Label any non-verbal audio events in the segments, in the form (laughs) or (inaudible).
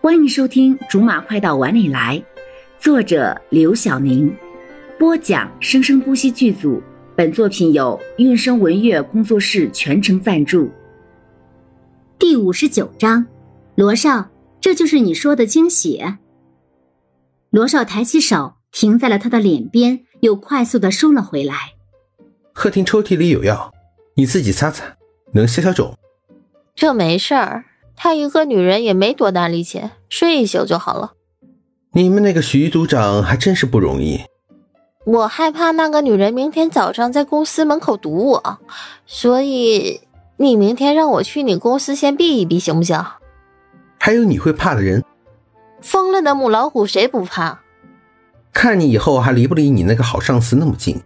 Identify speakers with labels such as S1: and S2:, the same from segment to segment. S1: 欢迎收听《竹马快到碗里来》，作者刘晓宁，播讲生生不息剧组。本作品由韵声文乐工作室全程赞助。
S2: 第五十九章，罗少，这就是你说的惊喜。罗少抬起手，停在了他的脸边，又快速的收了回来。
S3: 客厅抽屉里有药，你自己擦擦，能消消肿。
S4: 这没事儿，她一个女人也没多大力气，睡一宿就好了。
S3: 你们那个徐组长还真是不容易。
S4: 我害怕那个女人明天早上在公司门口堵我，所以你明天让我去你公司先避一避，行不行？
S3: 还有你会怕的人，
S4: 疯了的母老虎谁不怕？
S3: 看你以后还离不离你那个好上司那么近。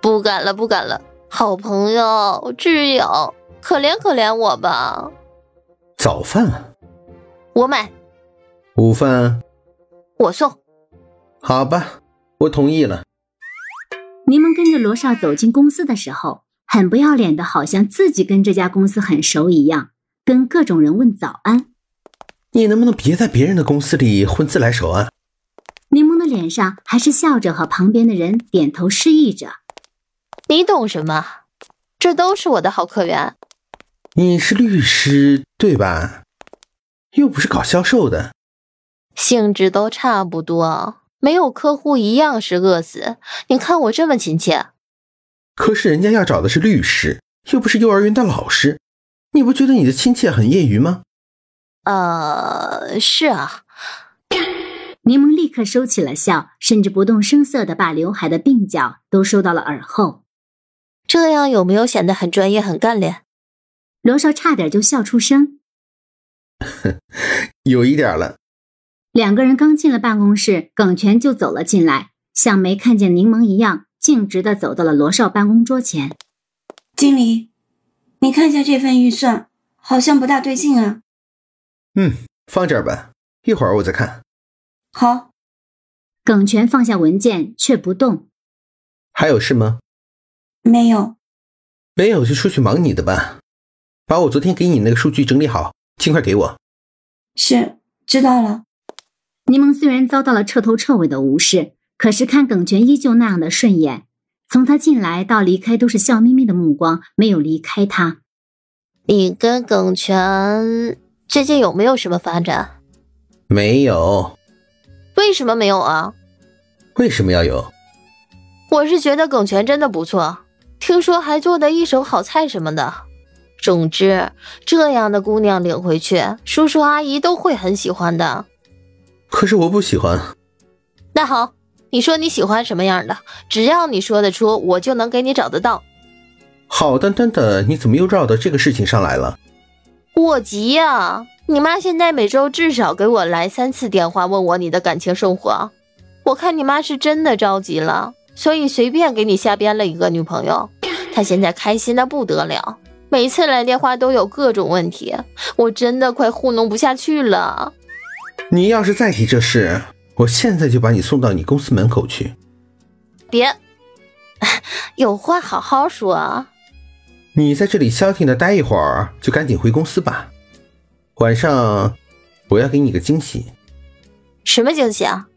S4: 不敢了，不敢了，好朋友、挚友，可怜可怜我吧。
S3: 早饭啊，
S4: 我买，
S3: 午饭
S4: 我送。
S3: 好吧，我同意了。
S2: 柠檬跟着罗少走进公司的时候，很不要脸的，好像自己跟这家公司很熟一样，跟各种人问早安。
S3: 你能不能别在别人的公司里混自来熟啊？
S2: 柠檬的脸上还是笑着和旁边的人点头示意着。
S4: 你懂什么？这都是我的好客源。
S3: 你是律师对吧？又不是搞销售的。
S4: 性质都差不多，没有客户一样是饿死。你看我这么亲切，
S3: 可是人家要找的是律师，又不是幼儿园的老师，你不觉得你的亲切很业余吗？
S4: 呃，是啊，
S2: 柠檬立刻收起了笑，甚至不动声色的把刘海的鬓角都收到了耳后。
S4: 这样有没有显得很专业、很干练？
S2: 罗少差点就笑出声。
S3: 有一点了。
S2: 两个人刚进了办公室，耿泉就走了进来，像没看见柠檬一样，径直的走到了罗少办公桌前。
S5: 经理，你看一下这份预算，好像不大对劲啊。
S3: 嗯，放这儿吧，一会儿我再看。
S5: 好，
S2: 耿泉放下文件却不动。
S3: 还有事吗？
S5: 没有，
S3: 没有就出去忙你的吧。把我昨天给你那个数据整理好，尽快给我。
S5: 是知道了。
S2: 柠檬虽然遭到了彻头彻尾的无视，可是看耿泉依旧那样的顺眼，从他进来到离开都是笑眯眯的目光，没有离开他。
S4: 你跟耿泉最近有没有什么发展？
S3: 没有，
S4: 为什么没有啊？
S3: 为什么要有？
S4: 我是觉得耿泉真的不错，听说还做的一手好菜什么的。总之，这样的姑娘领回去，叔叔阿姨都会很喜欢的。
S3: 可是我不喜欢。
S4: 那好，你说你喜欢什么样的？只要你说得出，我就能给你找得到。
S3: 好端端的，你怎么又绕到这个事情上来了？
S4: 我急呀、你妈现在每周至少给我来三次电话，问我你的感情生活。我看你妈是真的着急了，所以随便给你瞎编了一个女朋友。她现在开心的不得了，每次来电话都有各种问题，我真的快糊弄不下去了。
S3: 你要是再提这事，我现在就把你送到你公司门口去。
S4: 别， (laughs) 有话好好说啊。
S3: 你在这里消停的待一会儿，就赶紧回公司吧。晚上我要给你个惊喜，
S4: 什么惊喜啊？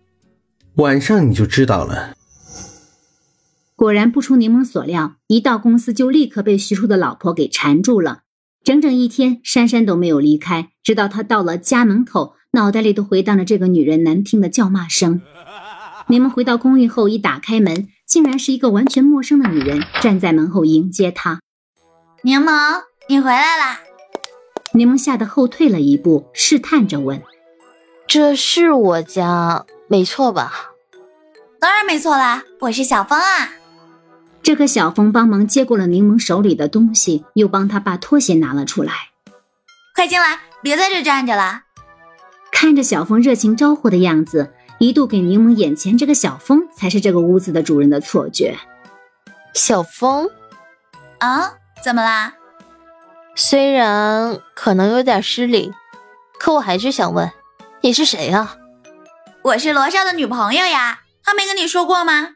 S3: 晚上你就知道了。
S2: 果然不出柠檬所料，一到公司就立刻被徐叔的老婆给缠住了。整整一天，珊珊都没有离开，直到她到了家门口，脑袋里都回荡着这个女人难听的叫骂声。柠檬回到公寓后，一打开门，竟然是一个完全陌生的女人站在门后迎接她。
S6: 柠檬，你回来啦！
S2: 柠檬吓得后退了一步，试探着问
S4: 这是我家，没错吧？
S6: 当然没错啦，我是小峰啊。：“
S2: 这个小峰帮忙接过了柠檬手里的东西，又帮他把拖鞋拿了出来。”
S6: 快进来，别在这站着啦。
S2: 看着小峰热情招呼的样子，一度给柠檬眼前这个小峰才是这个屋子的主人的错觉。
S4: 小峰
S6: 啊，怎么啦？
S4: 虽然可能有点失礼，可我还是想问，你是谁啊呀、
S6: 我是罗少的女朋友呀，他没跟你说过吗？